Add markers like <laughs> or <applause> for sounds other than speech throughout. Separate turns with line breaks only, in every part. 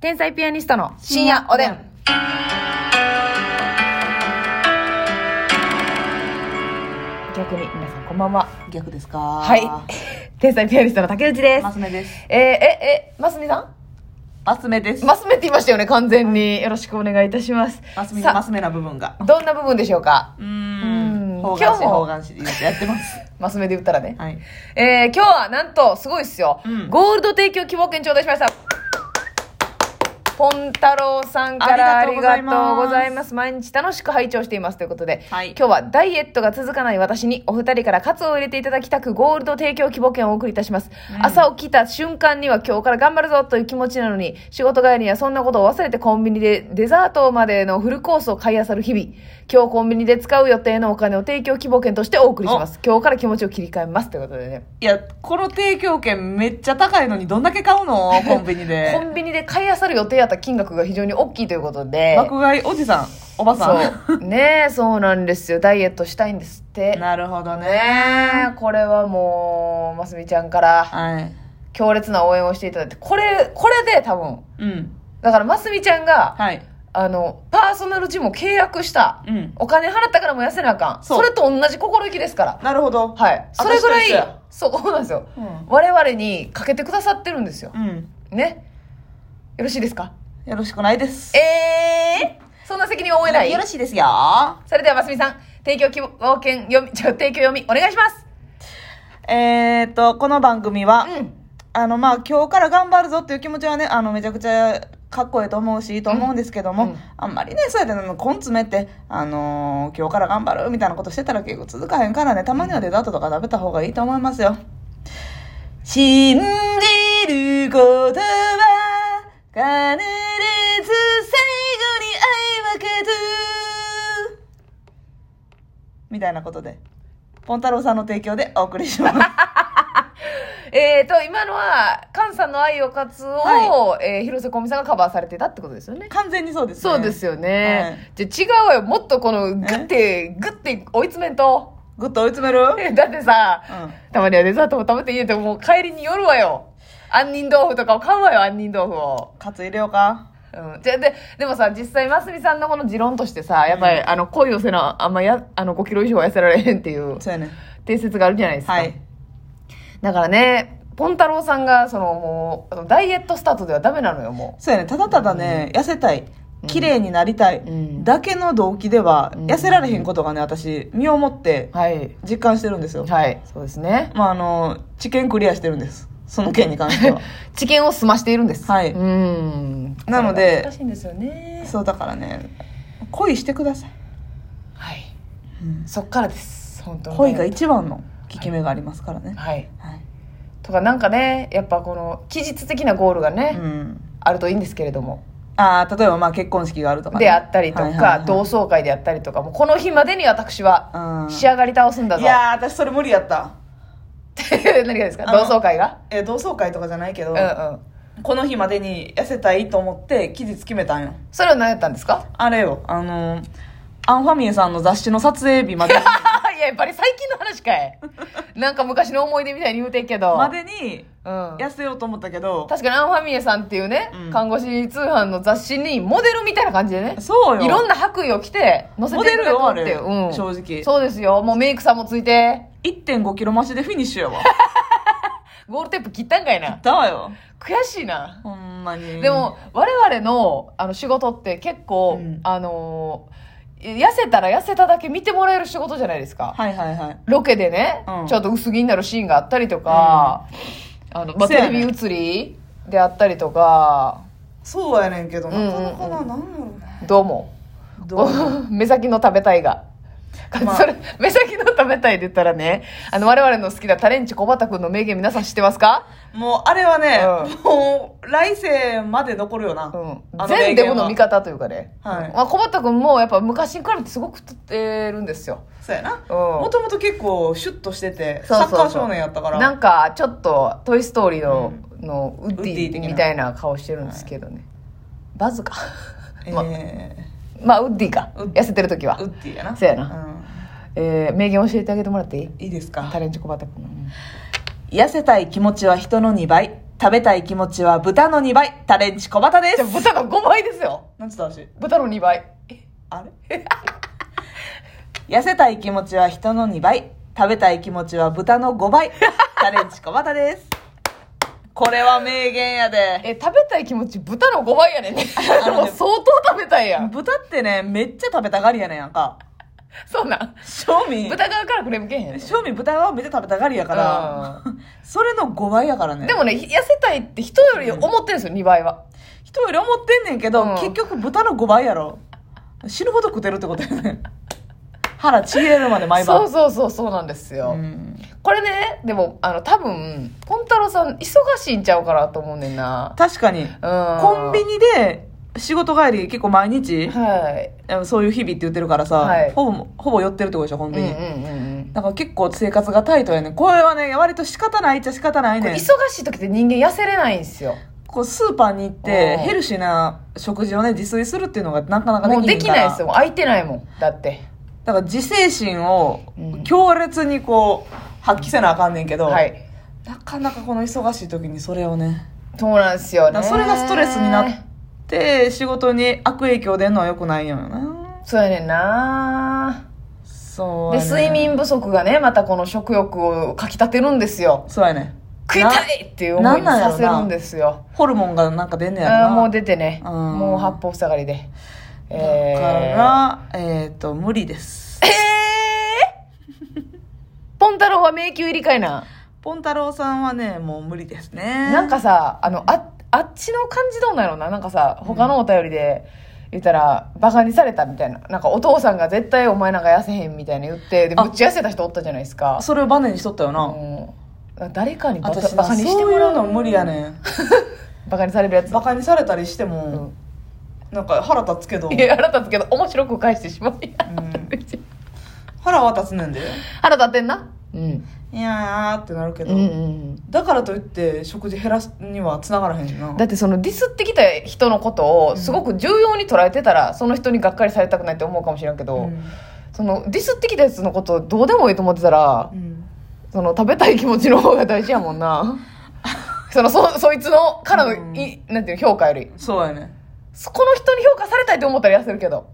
天才ピアニストの深夜おでん。逆に皆さんこんばんは。
逆ですか
は。
はい
<laughs> 天才ピアニストの竹内です
マ。ス目です。
えー、え、え、ますみさ
マス目です。
んますめって言いましたよね、完全に。よろしくお願いいたします。
マス目
さ
マス目な部分が。
どんな部分でしょうか
うー
うん
ん
今
方眼
日
紙
も
方眼紙でやって <laughs> ます。
ますめで言ったらね。
はい。
えー、今日はなんと、すごいっすよ、
うん
ゴールド提供希望券頂戴しました。ポン太郎さんからあ
あ
り
り
が
が
と
と
う
う
ご
ご
ざ
ざ
い
い
ま
ますす。
毎日楽しく拝聴していますということで、
はい
今日はダイエットが続かない私にお二人からカツを入れていただきたくゴールド提供希望券をお送りいたします、
うん
朝起きた瞬間には今日から頑張るぞという気持ちなのに仕事帰りにはそんなことを忘れてコンビニでデザートまでのフルコースを買い漁る日々今日コンビニで使う予定のお金を提供希望券としてお送りします今日から気持ちを切り替えますということでね
いや、この提供券めっちゃ高いのにどんだけ買う <laughs> のコンビニ
コ
で。
ンビニで買い漁る予定やった金額が非常に大きいということで
爆買いおじさん、おばさん。
そうねえそうなんですよダイエットしたいんですってね
<laughs> なるほどね。
えこれはもうますみちゃんから
はい。
強烈な応援をしていただいてこれこれで多分
うん。
だからますみちゃんが
はい。
あのパーソナルジムを契約した、
うん
お金払ったからもう痩せなあかんそ
そう
れと同じ心意気ですから
なるほど。
はいそれぐら
私と一緒
い
や
そうなんですよ、
うん
我々にかけてくださってるんですよ
うん。
ねよろしいですか
よろしくないです。
ええー、そんな責任は負えない
よろしいですよ。よ
それではますみさん提供希望券読み <laughs> ちょ提供読みお願いします
えーっと、この番組は、
うん
あのまあ今日から頑張るぞっていう気持ちはねあのめちゃくちゃかっこいいと思うしと思うんですけども、
うんうん
あんまりねそうやってあの根詰めて、あのー今日から頑張るみたいなことしてたら結構続かへんからねたまにはデザートとか食べた方がいいと思いますよ信じることは必ず最後に愛はけずみたいなことでポン太郎さんの提供でお送り
<laughs>
します
えーと今のは菅さんの愛を勝つを、
は
えー広瀬香美さんがカバーされてたってことですよね
完全にそうです、ね、
そうですよね、じゃあ違うよもっとこのグッてグッて追い詰めんと <laughs>
ぐっと追い詰めるう
だってさ、
ん。
たまにはデザートも食べていいよってもう帰りに寄るわよ杏仁豆腐とかを買うわよ杏仁豆腐を
カツ入れようか。
うん、じゃででもさ実際ますみさんのこの持論としてさやっぱり、あの恋をせなあんまやあの5キロ以上は痩せられへんっていう
そうやね。
定説があるじゃないですか、
はい。
だからねポン太郎さんがそのもうあのダイエットスタートではダメなのよも
そうやね。ただただね、痩せたい。綺麗になりたい、
うん
だけの動機では、
うん
痩せられへんことがね、私、身をもって
うはい
実感してるんですよ。
はいそうですね
まあ、あの、知見クリアしてるんです。その件に
<laughs>
関しては。
知見を済ましているんです
はいう
ーん
なの
これが
で
難しいんですよね
そうだからね、恋してください。
はい、そっからです本当に
恋が一番の効き目がありますからね。
はい
はい。
とかなんかねやっぱこの期日的なゴールがね、
うん。
あるといいんですけれども
ああ、例えばまあ結婚式があるとか、ね。
であったりとか、
はいはいはい
同窓会であったりとかもうこの日までに私は
うん
仕上がり倒すんだ
い
ぞ、
やー、私それ無理やった。
何がですか
あの
同窓会が
え、同窓会とかじゃないけど、
うんうん
この日までに痩せたいと思って期日決めたんよ
それは何やったんですか
あれよあのーアンファミエさんの雑誌の撮影日
<laughs>
までに
<laughs> いややっぱり最近の話かいなんか昔の思い出みたいに言うてんけど、
までに
うん、
痩せようと思ったけど
確かにアンファミエさんっていうね、
うん
看護師通販の雑誌にモデルみたいな感じでね
そうよ
いろんな白衣を着て載せていただくっていう、
モデルよあれ
うん、
正直
そうですよもうメイクさんもついて
1 5キロ増しでフィニッシ
<laughs>
ュやわ
ゴールテープ切ったんかいな
だわよ
悔しいな
ほんまに
でも我々のあの仕事って結構、
うん
あのー痩せたら痩せただけ見てもらえる仕事じゃないですか、
はいはいはい
ロケでね、
うん
ちょっと薄着になるシーンがあったりとか、あのまあ、
そうや
テ
ね
レビ映りであったりとか
そうやねんけど
なかなかな
なんやろね
どうも
どう
<laughs> 目先の食べたいが。
まあ
それ目先の食べたいで言ったらねあの我々の好きなタレンチ小畑君の名言皆さん知ってますか、 <laughs>
もうあれはね、
う
もう来世まで残るよな、
うん
あの、
全
名
デ
言
ブ
は
の味方というかね、
はい
まあ、小畑君もやっぱ昔に比べてすごく太ってるんですよ
そうやな
うん
もともと結構シュッとしてて
そうそうそう
サッカー少年やったから
なんかちょっと「トイ・ストーリーの」のウッデ
ウッディ
ィ
的な
みたいな顔してるんですけどね、バズか <laughs>
え
ま
ー
まあウッディか
ウッ
痩せてる時は
ウッディやな
そうやな、えー名言教えてあげてもらっていい
うん、いいですか
タレンチ小畑君の
痩せたい気持ちは人の2倍食べたい気持ちは豚の2倍、タレンチ小畑で
じ
す
ゃあ。豚の5倍ですよ。
なんつった私。
豚の2倍。え
あれ <laughs> 痩せたい気持ちは人の2倍。食べたい気持ちは豚の5倍。タレンチ小畑です。これは名言やで。
え、食べたい気持ち豚の5倍やねんね。
あの
<laughs>
ね
もう相当食べたいやん。
豚ってね、めっちゃ食べたがりやねんやんか。
そうなん。
正味。
豚側からクレームけえへんの。
正味豚はめっちゃ食べたがりやから。 <laughs> それの5倍やからね。
でもね、ひ痩せたいって人より思ってんですよ、2倍は。
人より思ってんねんけど、
うん
結局豚の5倍やろ死ぬほど食ってるってことやね腹ちぎれるまで毎
そう
晩
そうそう、そうなんですよ。
うん
これね、でも、あの、多分、コンタロウさん、忙しいんちゃうかなと思うねんな。
確かに
うん。
コンビニで仕事帰り結構毎日
はい。
そういう日々って言ってるからさ、
はい
ほぼほぼ寄ってるってことでしょコン
うん
ビ
うんう
ニ、
んうん。
だから結構生活がタイトやねんこれはね割と仕方ないっちゃ仕方ない
これ忙
ねん
しい時って人間痩せれないんですよ。
こうスーパーに行って
うん
ヘルシーな食事をね自炊するっていうのがなかなかでき
も
な
う
い
できないですよ。空いてないもん。だって。
だから自制心を
うん
強烈にこう発揮せなあかんねんけど、
はい。
なかなかこの忙しい時にそれをね
そうなんですよ
だか
ね。
らそれがストレスになって仕事に悪影響出んのはよくないんやよな
そうやねんな
そう
で、
やね
睡眠不足がね、またこの食欲をかきたてるんですよ。
そうやね
食いたいっていう思いに
なんなんや
さ
ろ
せ
な
るんですよ。
ホルモンがなんか出んねやろ
あ
な
ーもう出てね。
うん
もう八方塞がりで。
だからえっ、と無理です
えー、えーポン太郎は迷宮入りかいな。
ポン太郎さんはねもう無理ですね
なんかさ、あの、あ、あっちの感じどうなのななんかさ、他のお便りで、言ったら、バカにされたみたいな。なんかお父さんが絶対お前なんか痩せへんみたいな言って、で、
あ
ぶっち痩せた人おったじゃないですか。
それをバネにしとったよな、
うん誰かにバカ
私
バ
な
カにし
そ
て
うい
もら
う
う
の無理やねん
バカにされるやつ
バカにされたりしても、
う
なんか腹立つけど
んいや腹立つけど面白く返してしまう
うん腹は立つねんで
腹立ってんなうん
いやーってなるけ
う
ど、
んうん
だからといって食事減らすにはつながらへんしな
だってそのディスってきた人のことをすごく重要に捉えてたら、その人にがっかりされたくないって思うかもしれんけど、
うん
そのディスってきたやつのことをどうでもいいと思ってたら
うん
その食べたい気持ちの方が大事やもん
<laughs>
なそのそそいつのからの、
うん
いなんていうの評価より
そうやね、
そこの人に評価されたいと思ったら痩せるけど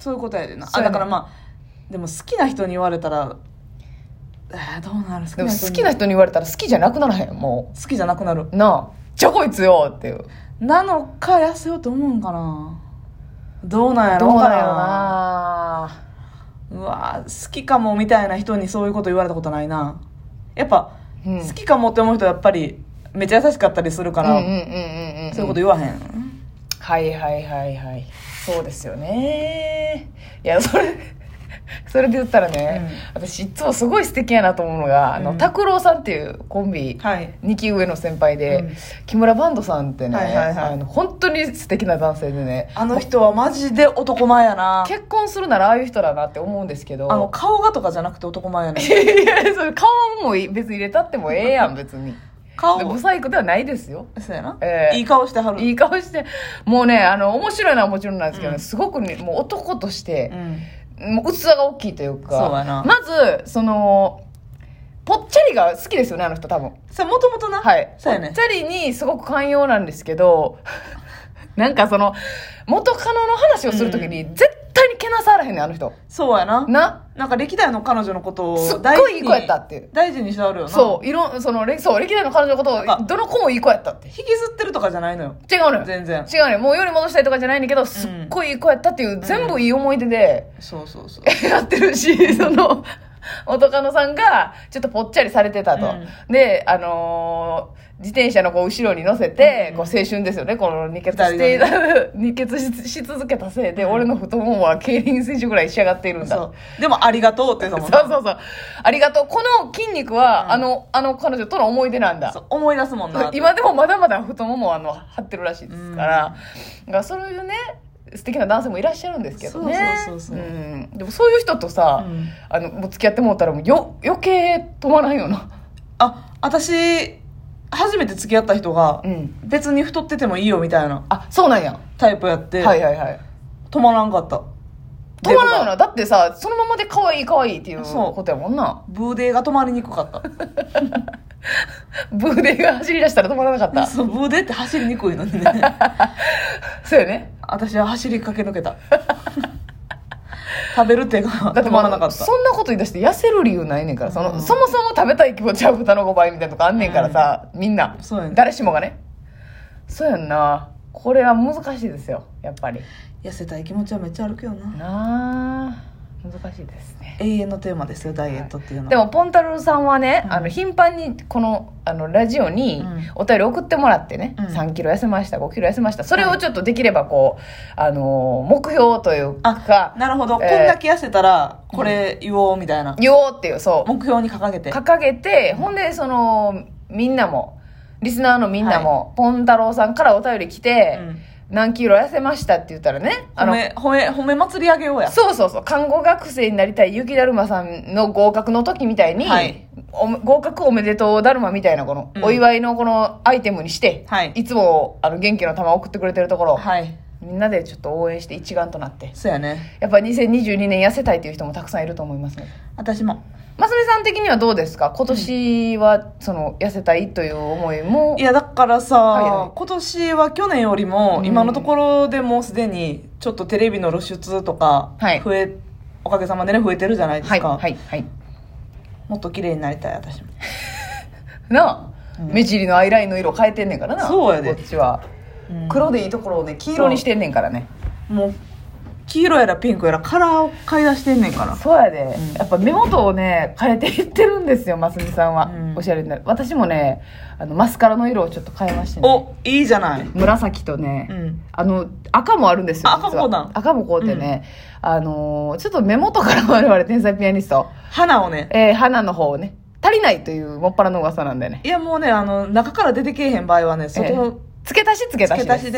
そういうことやでな
そう
あ
やね
だからまあでも好きな人に言われたらえーどうなる好き
でも
な人
好
に
きな人に言われたら好きじゃなくならへんも
好きじゃなくなる
うなあじゃあこいつよっていう
なのか痩せようと思うんかなどうなんやろ
どう
わか
だ
らん
よな
うわー好きかもみたいな人にそういうこと言われたことないなやっぱ、
うん
好きかもって思う人はやっぱりめっちゃ優しかったりするから、
うんうんうんうんうん
そういうこと言わへん、
はいはいはいはいそうですよねいやそれ <laughs> それで言ったらね、私いつもすごい素敵やなと思うのがあ
う
の
ん
拓郎、さんっていうコンビ、
はい
二期上の先輩で、
うん
木村バンドさんってね、
はいはいはい
あの本当に素敵な男性でね
あの人はマジで男前やな。
結婚するならああいう人だなって思うんですけど
あの、顔がとかじゃなくて男前やね。
いやいやそれ顔もい別に入れたってもええやん別に
顔、
ブサイクではないですよ
そうやな、
ええ
いい顔してはる。
いい顔してもうねあの面白いのはもちろんなんですけど、ね
うん
すごくねもう男として
う、ん。
もう器が大きいというか
そうやな
まずそのぽっちゃりが好きですよねあの人多分
それもともとな。
はい
そうやね
ぽっち。ゃりにすごく寛容なんですけど <laughs> なんかその元カノの話をするときに絶対にけなさらへんねんあの人
そうやな。
な
なんか歴代の彼女のこと
すっ
を
ごい
大事に。
いい子やったっていう
大事にしてはるよな。
そういろんそのれそう歴代の彼女のこと
あ
をどの子もいい子やったって
引きずってるとかじゃないのよ。
違うのよ
全然。
違うねもうより戻したいとかじゃないんだけどすっごいいい子やったっていう、全部いい思い出で <laughs>
そうそうそう。
やってるしその元カノさんがちょっとぽっちゃりされてたと、
う
であのー自転車のこう後ろに乗せて、
うん
こう青春ですよねこの二血してい
二
た <laughs> 二血しし続けたせいで、
うん
俺の太ももは競輪選手ぐらい仕上がっているんだ
そう。でもありがとうって言うた
そ
も
うんそ
な
うそうありがとうこの筋肉は、
うん
あのあの彼女との思い出なんだ
そう思い出すもんな。
今でもまだまだ太ももあの張ってるらしいですから、だからそういうね素敵な男性もいらっしゃるんですけどね、
そうそうそうそうん
でもそういう人とさ、
うん
あのもう付き合ってもうたらもうよ余計止まらんよな、
あ、私、初めて付き合った人が
う、ん、
別に太っててもいいよみたいな
あそうなんや
タイプやって、
はいはいはい
止まらんかった。
止まらんよなだってさそのままで可愛い可愛いっていう
そう
ことやもんな
ブーデーが止まりにくかった。
ブーデーが走り出したら止まらなか <laughs> った。
そう、 <laughs> ブーデって走りにくい
<laughs>
のにね。
そうやね。
私は走り駆け抜けた。 <laughs> 食べる手が止まらなかった。
そんなこと言い出して痩せる理由ないねんから、その、
うん
そもそも食べたい気持ちは豚の5倍みたいなとこあんねんからさ、みんな。
そうやね
誰しもがね。そうやんな。これは難しいですよ、やっぱり。
痩せたい気持ちはめっちゃあるけどな。
なあ、難しいですね。
永遠のテーマですよ、ダイエットっていうのは。
でもポンタロウさんはね、
うん
あの頻繁にこのあのラジオに
うん
お便り送ってもらってね、
うん
3キロ痩せました5キロ痩せましたそれをちょっとできればこう、あのー目標という
あ
か、
なるほど。こん
えー
だけ痩せたら、これ言おうみたいな。
言おうっていうそう
目標に掲げて。
掲げてほんでそのみんなもリスナーのみんなも、ポンタロウさんからお便り来て、
うん
何キロ痩せましたって言ったらねあ
褒
の
め、褒め、褒め祭り上げようや。
そうそうそう。看護学生になりたい雪だるまさんの合格の時みたいに、
はい
おめ合格おめでとうだるまみたいなこの、
うん
お祝いのこのアイテムにして、
はい
つもあの元気の玉を送ってくれてるところ、
はい。
みんなでちょっと応援して一丸となって。
そうやね。
やっぱ2022年痩せたいという人もたくさんいると思いますね。
私も。
ますみさん的にはどうですか今年は、その、痩せたいという思いも
い、や、だからさ、
はいはい
今年は去年より
う
も、
ん
今のところでもうすでに、ちょっとテレビの露出とか
はい、
増え、おかげさまでね、増えてるじゃないで
は
す
い、
か。
はい、はい。
もっと綺麗になりたい、私も。
なあ、
うん
目尻のアイラインの色変えてんねんからな。
そうやで
こっちは。
うん
黒でいいところをね、黄色にしてんねんからね。
もう、黄色やらピンクやらカラーを買い出してんねんから。
そうやで、
うん
やっぱ目元をね変えていってるんですよますみさんは、
うん
おしゃれになる私もねあのマスカラの色をちょっと変えましてね
お、いいじゃない。
紫とね、
うん。
あの赤もあるんですよ
あ
実は
赤もこうなん
赤もこうってね、あのーちょっと目元から我々天才ピアニスト、
花をね、
えー、花の方をね足りないというもっぱらの噂なんでね
いやもうね、あの、中から出てけえへん場合はね、
え
外、
ー付け足し付け
付
足
け
しです
足しで